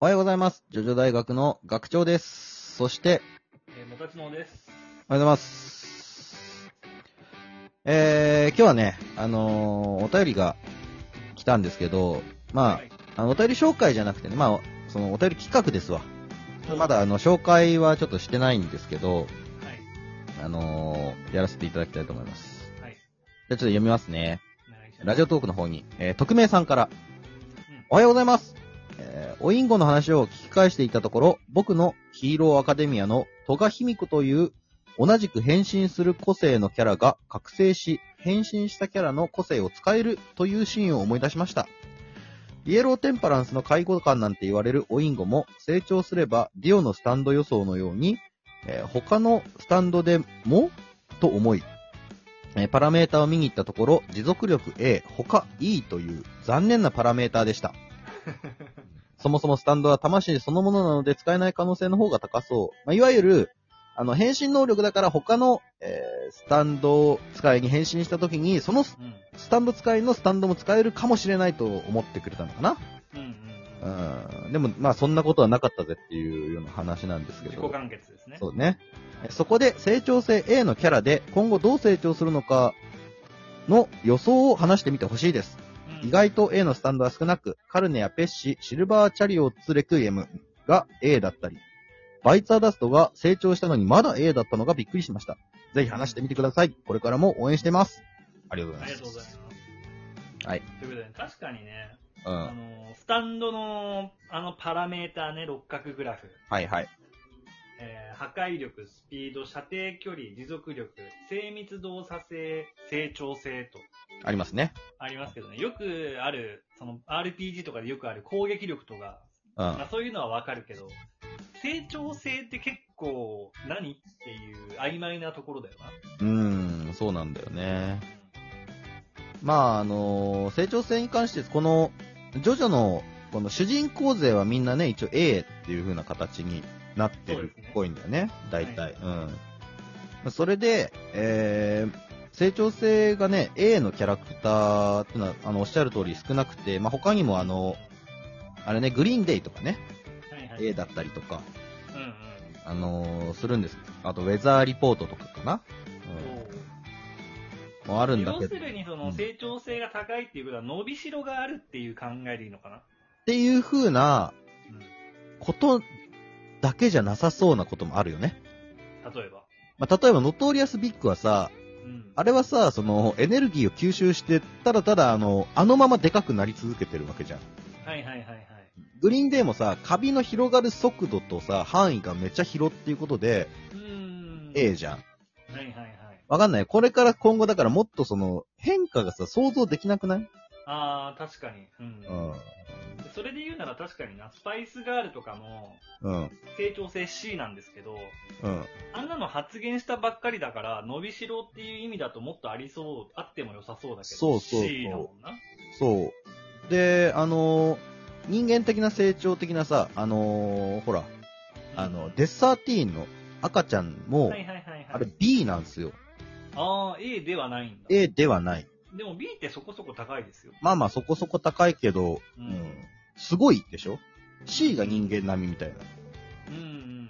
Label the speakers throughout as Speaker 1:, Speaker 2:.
Speaker 1: おはようございます。ジョジョ大学の学長です。そして、
Speaker 2: えー、もたつのです。
Speaker 1: おはようございます。えー、今日はね、あのーお便りが来たんですけど、ま
Speaker 2: はい
Speaker 1: あ、あのお便り紹介じゃなくてね、まあ、そのお便り企画ですわ。まだ、あの、紹介はちょっとしてないんですけど、
Speaker 2: はい。
Speaker 1: あのーやらせていただきたいと思います。
Speaker 2: はい。
Speaker 1: じゃあちょっと読みますね。ラジ
Speaker 2: オ。
Speaker 1: オトークの方に、えー匿名さんから
Speaker 2: ん、
Speaker 1: おはようございます。えーおインゴの話を聞き返していたところ、僕のヒーローアカデミアの戸賀卑弥子という、同じく変身する個性のキャラが覚醒し、変身したキャラの個性を使えるというシーンを思い出しました。イエローテンパランスの介護官なんて言われるオインゴも、成長すればディオのスタンド予想のように、えー他のスタンドでもと思い、えーパラメータを見に行ったところ、持続力 A、他 E という残念なパラメーターでした。そもそもスタンドは魂そのものなので使えない可能性の方が高そう。まあ、いわゆる、あの、変身能力だから他の、えースタンド使いに変身した時に、そのス
Speaker 2: うん。
Speaker 1: スタンド使いのスタンドも使えるかもしれないと思ってくれたのかな。
Speaker 2: うんうんうん。
Speaker 1: うん。でも、まあ、そんなことはなかったぜっていうような話なんですけど。
Speaker 2: 自己完結ですね。
Speaker 1: そうね。そこで成長性 A のキャラで今後どう成長するのかの予想を話してみてほしいです。
Speaker 2: うん
Speaker 1: 意。外と A のスタンドは少なく、カルネやペッシ、シルバーチャリオッツレクイエムが A だったり、バイツアダストが成長したのにまだ A だったのがびっくりしました。ぜひ話してみてください。これからも応援してます。ありがとうご
Speaker 2: あ
Speaker 1: ざ
Speaker 2: り
Speaker 1: い
Speaker 2: が
Speaker 1: ます。
Speaker 2: とうございます。
Speaker 1: はい。
Speaker 2: ということで、確かにね、
Speaker 1: うん。
Speaker 2: あの、スタンドの、あのパラメーターね、六角グラフ。
Speaker 1: はいはい。
Speaker 2: えー破壊力、スピード、射程距離、持続力、精密動作性、成長性と
Speaker 1: ありますね。
Speaker 2: ありますけどね、よくある、その RPG とかでよくある攻撃力とか、
Speaker 1: うん。
Speaker 2: まあ、そういうのはわかるけど、成長性って結構何っていう曖昧なところだよな。
Speaker 1: うーん、そうなんだよね。まあ、あの成長性に関して、この、ジョジョの、この主人公勢はみんなね、一応 A っていう風な形になって
Speaker 2: そう
Speaker 1: る
Speaker 2: ですね
Speaker 1: っぽいんだよね。大体。
Speaker 2: は
Speaker 1: うんまあ。それで、えー、成長性がね、A のキャラクターっていうのは、あの、おっしゃる通り少なくて、まあ、他にもあの、あれね、グリーンデイとかね、
Speaker 2: はいはい。
Speaker 1: A だったりとか、
Speaker 2: うんうん。
Speaker 1: あのーするんです。あと、ウェザーリポートとかかな。うん。もうあるんだ
Speaker 2: 要
Speaker 1: け
Speaker 2: す
Speaker 1: ど。
Speaker 2: るにそうの
Speaker 1: ん
Speaker 2: 成長性が高いっていうことは伸びしろがあるっていう考えでいいのかな。
Speaker 1: っていう風な、
Speaker 2: うん
Speaker 1: ことだけじゃなさそうなこともあるよね。
Speaker 2: 例えば。
Speaker 1: まあ、例えば、ノトリアスビッグはさ、
Speaker 2: うん。
Speaker 1: あれはさ、その、エネルギーを吸収して、ただただ、あの、あのままでかくなり続けてるわけじゃん。
Speaker 2: はいはいはいはい。
Speaker 1: グリーンデーもさ、カビの広がる速度とさ、範囲がめっちゃ広っていうことで、
Speaker 2: うーん。
Speaker 1: A じゃん。
Speaker 2: はいはいはい。
Speaker 1: わかんない。これから今後だからもっとその、変化がさ、想像できなくない
Speaker 2: ああ、確かに。うん。
Speaker 1: うん。
Speaker 2: それで言うなら確かにな、スパイスガールとかも
Speaker 1: うん。
Speaker 2: 成長性 C なんですけど、
Speaker 1: うん。
Speaker 2: あんなの発言したばっかりだから、伸びしろっていう意味だともっとありそう、あっても良さそうだけど。
Speaker 1: そうそうそう
Speaker 2: C だもんな。
Speaker 1: そう。で、あの人間的な成長的なさ、あのほら、あの、デッサーティーンの赤ちゃんも、
Speaker 2: はいはいはいはい。
Speaker 1: あれ B なんですよ。
Speaker 2: ああ、A ではないんだ。
Speaker 1: A ではない。
Speaker 2: でも B ってそこそこ高いですよ。
Speaker 1: まあまあそこそこ高いけど、
Speaker 2: う。
Speaker 1: うん
Speaker 2: うん
Speaker 1: ん、すごいでしょ ?C が人間並みみたいな。
Speaker 2: うんうん。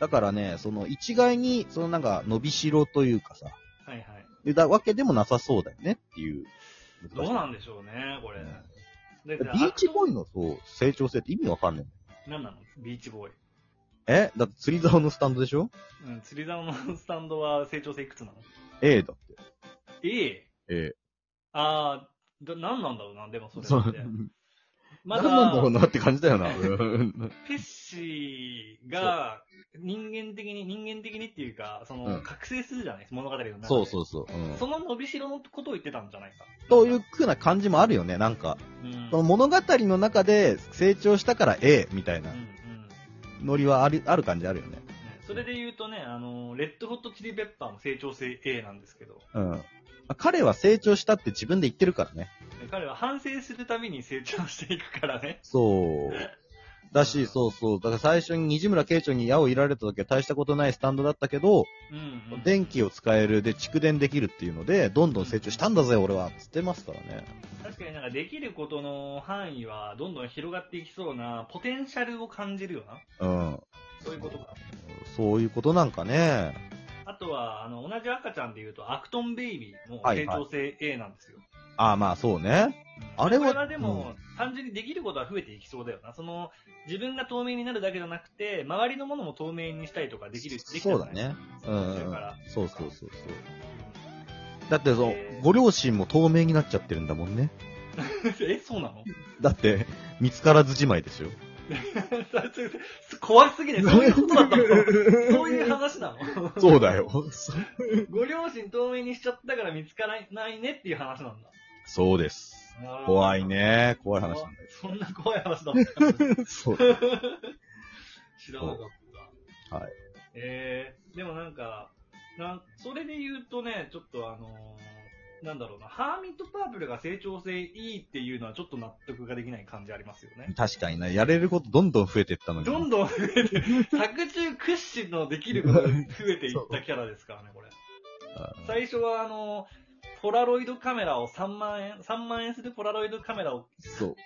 Speaker 1: だからね、その一概に、そのなんか伸びしろというかさ、
Speaker 2: はいはい。
Speaker 1: でだわけでもなさそうだよねっていう。
Speaker 2: どうなん
Speaker 1: だ
Speaker 2: でしょうね、これ。
Speaker 1: ビ
Speaker 2: で
Speaker 1: ーチボーイのそう成長性って意味わかんない。
Speaker 2: イ何なのビーチボーイ。
Speaker 1: えだって釣り竿のスタンドでしょ
Speaker 2: うん、釣り竿のスタンドは成長性いくつなの
Speaker 1: ?A だって。
Speaker 2: ?A?
Speaker 1: A。
Speaker 2: ああ、だ何なんだろうな、でもそれ
Speaker 1: そう。
Speaker 2: って。まだ、
Speaker 1: 何なんだろうなって感じだよ な。うん
Speaker 2: ペッシーが人間的に、人間的にっていうか、その、
Speaker 1: うん
Speaker 2: 覚醒するじゃない物語の中で。
Speaker 1: そうそうそう。うん
Speaker 2: その伸びしろのことを言ってたんじゃないか。
Speaker 1: というふうな感じもあるよね、なんか。
Speaker 2: うん。
Speaker 1: その物語の中で成長したから A みたいな
Speaker 2: うんうん
Speaker 1: ノリはあるある感じあるよね。
Speaker 2: ねそれで言うとね、あの、レッドホットチリペッパーも成長性 A なんですけど、
Speaker 1: うん。彼は成長したって自分で言ってるからね。
Speaker 2: 彼は反省するたびに成長していくからね。
Speaker 1: そう。だし、そうそう。だから最初に西村慶長に矢をいられた時は大したことないスタンドだったけど、
Speaker 2: うんうん。
Speaker 1: 電気を使える、で、蓄電できるっていうので、どんどん成長したんだぜ、俺は。つってますからね。
Speaker 2: 確かになんかできることの範囲はどんどん広がっていきそうな、ポテンシャルを感じるよな。
Speaker 1: うん。
Speaker 2: そういうことか。
Speaker 1: そういうことなんかね。
Speaker 2: あとは、あの、同じ赤ちゃんで言うと、アクトンベイビーも
Speaker 1: はいは
Speaker 2: 成
Speaker 1: い
Speaker 2: 長性 A なんですよ。
Speaker 1: ああ、まあそうね。あれは
Speaker 2: こでも、単純にできることは増えていきそうだよな。その、自分が透明になるだけじゃなくて、周りのものも透明にしたりとかできる、できた
Speaker 1: そう
Speaker 2: よ
Speaker 1: だ。ね。うんうん
Speaker 2: だ
Speaker 1: う
Speaker 2: か
Speaker 1: ん
Speaker 2: ら。
Speaker 1: そうそうそうそう。だってそう
Speaker 2: え、ー
Speaker 1: ご両親も透明になっちゃってるんだもんね。
Speaker 2: え、そうなの
Speaker 1: だ って、見つからずじまいですよ。
Speaker 2: 怖すぎね。そういうことだったの そういう話なの
Speaker 1: そうだよ。
Speaker 2: ご両親透明にしちゃったから見つからないねっていう話なんだ。
Speaker 1: そうです。怖い。ね。怖い話なんだよ。
Speaker 2: そんな怖い話だった。
Speaker 1: そう。
Speaker 2: 知らなかった。
Speaker 1: はい。
Speaker 2: えー、でもなんか、なんそれで言うとね、ちょっとあのーなんだろうな、ハーミットパープルが成長性いいっていうのはちょっと納得ができない感じありますよね。
Speaker 1: 確かにね、やれることどんどん増えていったのに。
Speaker 2: どんどん増えて、作中屈指のできることが増えていったキャラですからね、これ。
Speaker 1: あ
Speaker 2: 最初はあのーポラロイドカメラを3万円、3万円するポラロイドカメラを
Speaker 1: そう。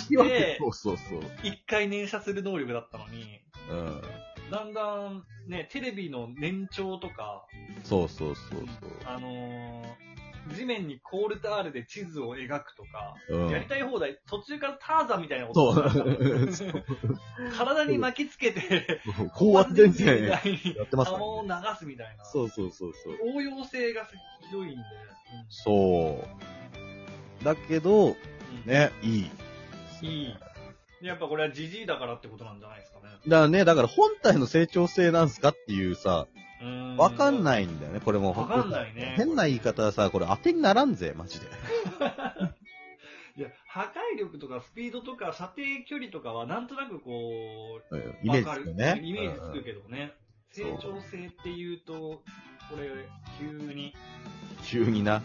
Speaker 2: して、
Speaker 1: そうそうそう。
Speaker 2: 1回連射する能力だったのに、
Speaker 1: うん。
Speaker 2: だんだんね、テレビの年長とか、
Speaker 1: そうそうそう
Speaker 2: あのー地面にコールタールで地図を描くとか、
Speaker 1: そう。う
Speaker 2: やり
Speaker 1: ん。
Speaker 2: たい放題、途中からターザンみたいなこと
Speaker 1: そ
Speaker 2: をする
Speaker 1: う。そう
Speaker 2: 体に巻きつ けて、
Speaker 1: 高圧電線
Speaker 2: み
Speaker 1: や
Speaker 2: たいに
Speaker 1: ってます
Speaker 2: 球
Speaker 1: から
Speaker 2: を
Speaker 1: ね。
Speaker 2: 流すみたいな。
Speaker 1: そうそうそうそう。
Speaker 2: 応用性がひどいんで。
Speaker 1: そう。だけど、
Speaker 2: うんうん
Speaker 1: ね、いい。
Speaker 2: いい。やっぱこれはジジイだからってことなんじゃないですかね。
Speaker 1: だからね、だから本体の成長性なんすかっていうさ、
Speaker 2: うーん
Speaker 1: わかん
Speaker 2: い。
Speaker 1: ないんだよね、これもう。
Speaker 2: わかんないね
Speaker 1: 変な言い方はさ、これ当てにならんぜ、マジで。
Speaker 2: いや、破壊力とかスピードとか射程距離とかはなんとなくこう、
Speaker 1: うんイメージつく
Speaker 2: わ
Speaker 1: ね
Speaker 2: か。るイメージつくけどね。
Speaker 1: うんう
Speaker 2: 成
Speaker 1: ん
Speaker 2: 長性っていうと、これ、急に。
Speaker 1: 急にな。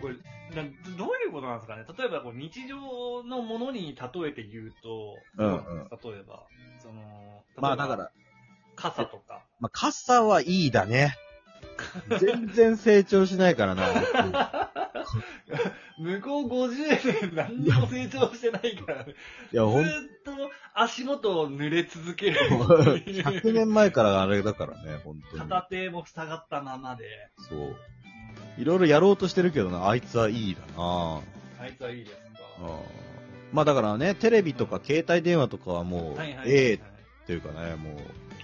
Speaker 2: これなどういうことなんですかね例えばこう日常のものに例えて言うと、
Speaker 1: うんうん
Speaker 2: 例えば、その、
Speaker 1: まあだか。ら、
Speaker 2: 傘とか。
Speaker 1: まあ、傘はいいだね。全然成長しないからな。
Speaker 2: 向こう50年何にも成長してないから、ず
Speaker 1: いや、ほんと、
Speaker 2: ーっと足元を濡れ続ける。
Speaker 1: 100年前からあれだからね、本当に。
Speaker 2: 片手も塞がったままで。
Speaker 1: そう。いろいろやろうとしてるけどな、あいつはいいだな。
Speaker 2: あいつはいいですか。
Speaker 1: あーまあだからね、テレビとか携帯電話とかはもう、
Speaker 2: はいはいはい、
Speaker 1: ええっていうかね、もう、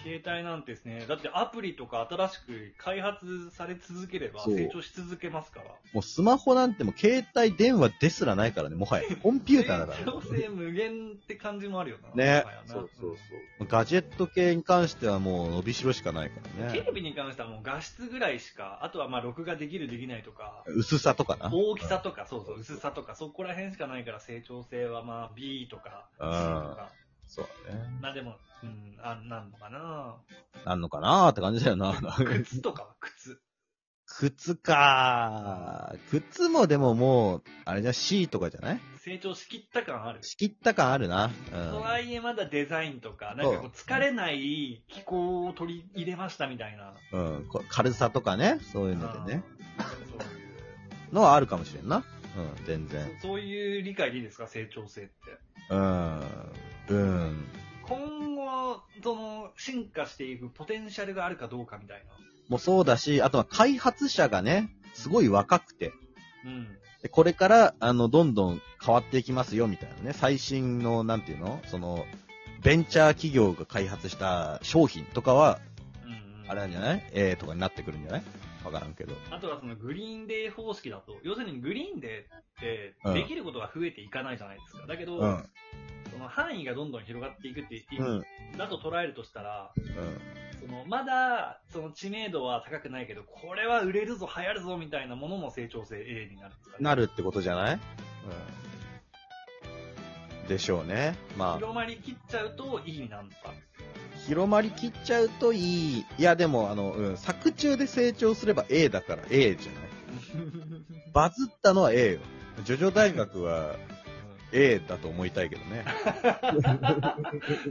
Speaker 2: 携帯なんてですね、だってアプリとか新しく開発され続ければ
Speaker 1: そう
Speaker 2: 成長し続けますから。
Speaker 1: もうスマホなんてもう携帯電話ですらないからね、も はや。コンピューターだから、
Speaker 2: 成長性無限って感じもあるよな。
Speaker 1: ね
Speaker 2: 今や。な
Speaker 1: そうそうそう。ガジェット系に関してはもう伸びしろしかないから
Speaker 2: テ
Speaker 1: ね。
Speaker 2: レビに関してはもう画質ぐらいしか、あとはまあ録画できるできないとか、
Speaker 1: 薄さとかな。
Speaker 2: 大きさとか、そうそう、薄さとか、そこら辺しかないから成長性はまあ B とか、C とか、
Speaker 1: そうだね。
Speaker 2: まあでも、うん、あ、なんのか な
Speaker 1: なんのかなーって感じだよな。
Speaker 2: 靴とかは靴。
Speaker 1: 靴かー。靴もでももう、あれじゃ C とかじゃない
Speaker 2: 成長しきった感ある。
Speaker 1: 仕切った感あるな。うん。
Speaker 2: とはいえまだデザインとか、なんかこう疲れない気候を取り入れましたみたいな。
Speaker 1: うん、こ軽さとかね、そういうのでね。
Speaker 2: あーそう
Speaker 1: のはあるかもしれんな。うん、全然
Speaker 2: いう。そそういう理解でいいですか、成長性って。
Speaker 1: うん。うん。
Speaker 2: 今後、その、進化していくポテンシャルがあるかどうかみたい
Speaker 1: もうそうだし、あとは開発者がね、すごい若くて、
Speaker 2: な。うん。
Speaker 1: でこれから、あの、どんどん変わっていきますよ、みたいなね。最新の、なんていうのその、ベンチャー企業が開発した商品とかは、
Speaker 2: うん、うん。
Speaker 1: あれなんじゃないええとかになってくるんじゃないわからんけど。
Speaker 2: あとはそのグリーンデー方式だと、要するにグリーンデーって
Speaker 1: うん
Speaker 2: できることが増えていかないじゃないですか。だけど、
Speaker 1: うん。
Speaker 2: その範囲がどんどん広がっていくっていうう、
Speaker 1: ん。
Speaker 2: だと捉えるとしたら、
Speaker 1: うん。
Speaker 2: そのまだその知名度は高くないけど、これは売れるぞ、流行るぞみたいなものも成長性 A になるんですかね。
Speaker 1: なるってことじゃないうん。でしょうね。まあ、
Speaker 2: 広まりきっちゃうと E になるのか。
Speaker 1: 広まりきっちゃうといい。いや、でも、あの、うん、作中で成長すれば A だから A じゃない。バズったのは A よ。ジョジョ大学は、 A だと思いたいけどね。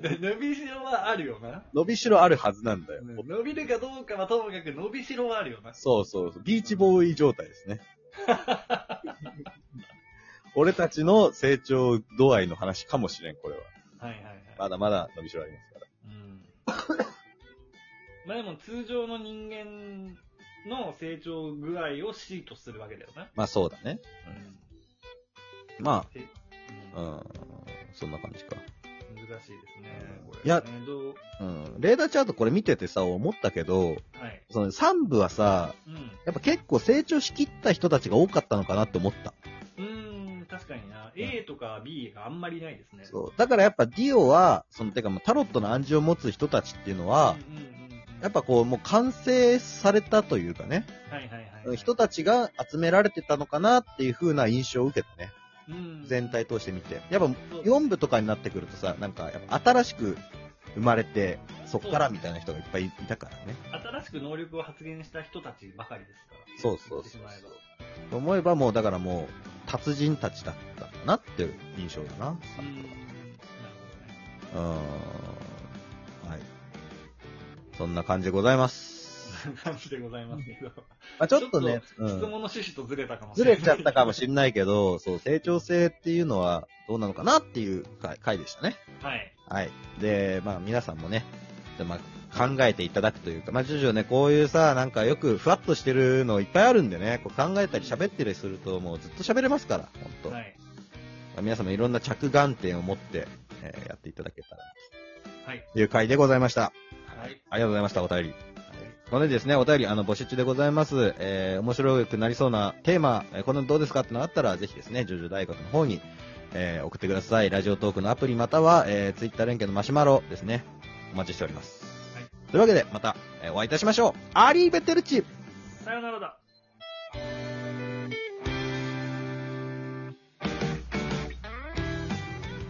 Speaker 2: で伸びしろはあるよな。
Speaker 1: 伸びしろあるはずなんだよ。
Speaker 2: 伸びるかどうかはともかく伸びしろはあるよな。
Speaker 1: そうそうそう。ビーチボーイ状態ですね。俺たちの成長度合いの話かもしれん、これは。
Speaker 2: はいはいはい。
Speaker 1: まだまだ伸びしろありますから。
Speaker 2: うん。まあでも通常の人間の成長具合を C とするわけだよな。
Speaker 1: まあそうだね。まあ、
Speaker 2: う。
Speaker 1: うんん、そんな感じか。
Speaker 2: 難しいですね。これね
Speaker 1: いや
Speaker 2: どう
Speaker 1: うん。レーダーチャートこれ見ててさ、思ったけど、
Speaker 2: はい。
Speaker 1: その3部はさ、
Speaker 2: うん。
Speaker 1: やっぱ結構成長しきった人たちが多かったのかなって思った。
Speaker 2: うーん、確かにな。A とか B があんまりないですね。
Speaker 1: そう。だからやっぱディオは、その、てかもうタロットの暗示を持つ人たちっていうのは、
Speaker 2: うんうんうんうん
Speaker 1: やっ、ぱこう、もう完成されたというかね、
Speaker 2: はいはいはい。
Speaker 1: 人たちが集められてたのかなっていう風な印象を受けたね。
Speaker 2: うん
Speaker 1: 全体通して見て。やっぱ
Speaker 2: そう
Speaker 1: 4部とかになってくるとさ、なんかやっぱ新しく生まれて、そっからみたいな人がいっぱいいたからね。
Speaker 2: 新しく能力を発言した人たちばかりですから。
Speaker 1: そうそう
Speaker 2: 言って
Speaker 1: そ
Speaker 2: し
Speaker 1: う
Speaker 2: まえば
Speaker 1: と思えばもうだからもう、達人たちだったかなっていう印象だな。
Speaker 2: うーん。なる
Speaker 1: うーん。はい。そんな感じでございます。
Speaker 2: ほどね。感じでございますけど。
Speaker 1: まあちょっとね、う
Speaker 2: 質問
Speaker 1: ん、
Speaker 2: の趣旨とずれたかもし
Speaker 1: ず
Speaker 2: れない。
Speaker 1: れちゃったかもしれないけど、そう、成長性っていうのはどうなのかなっていう回回でしたね。
Speaker 2: はい。
Speaker 1: はい。で、まあ皆さんもね、でまあ、考えていただくというか、まあ徐々ね、こういうさ、なんかよくふわっとしてるのいっぱいあるんでね、こう考えたり喋ったりするともうずっと喋れますから、本当、
Speaker 2: はい。
Speaker 1: まあ皆様いろんな着眼点を持って、えーやっていただけたら
Speaker 2: はい。
Speaker 1: という回でございました。
Speaker 2: はい。
Speaker 1: ありがとうございました、お便り。これでですね、お便り、あの、募集中でございます。えー、面白くなりそうなテーマ、えーこのどうですかってのがあったら、ぜひですね、ジョジョ大学の方に、えー送ってください。ラジオトークのアプリ、または、えー、ツイッター連携のマシュマロですね。お待ちしております。
Speaker 2: はい
Speaker 1: というわけで、また、えーお会いいたしましょう。アリーベテルチ
Speaker 2: さよならだ。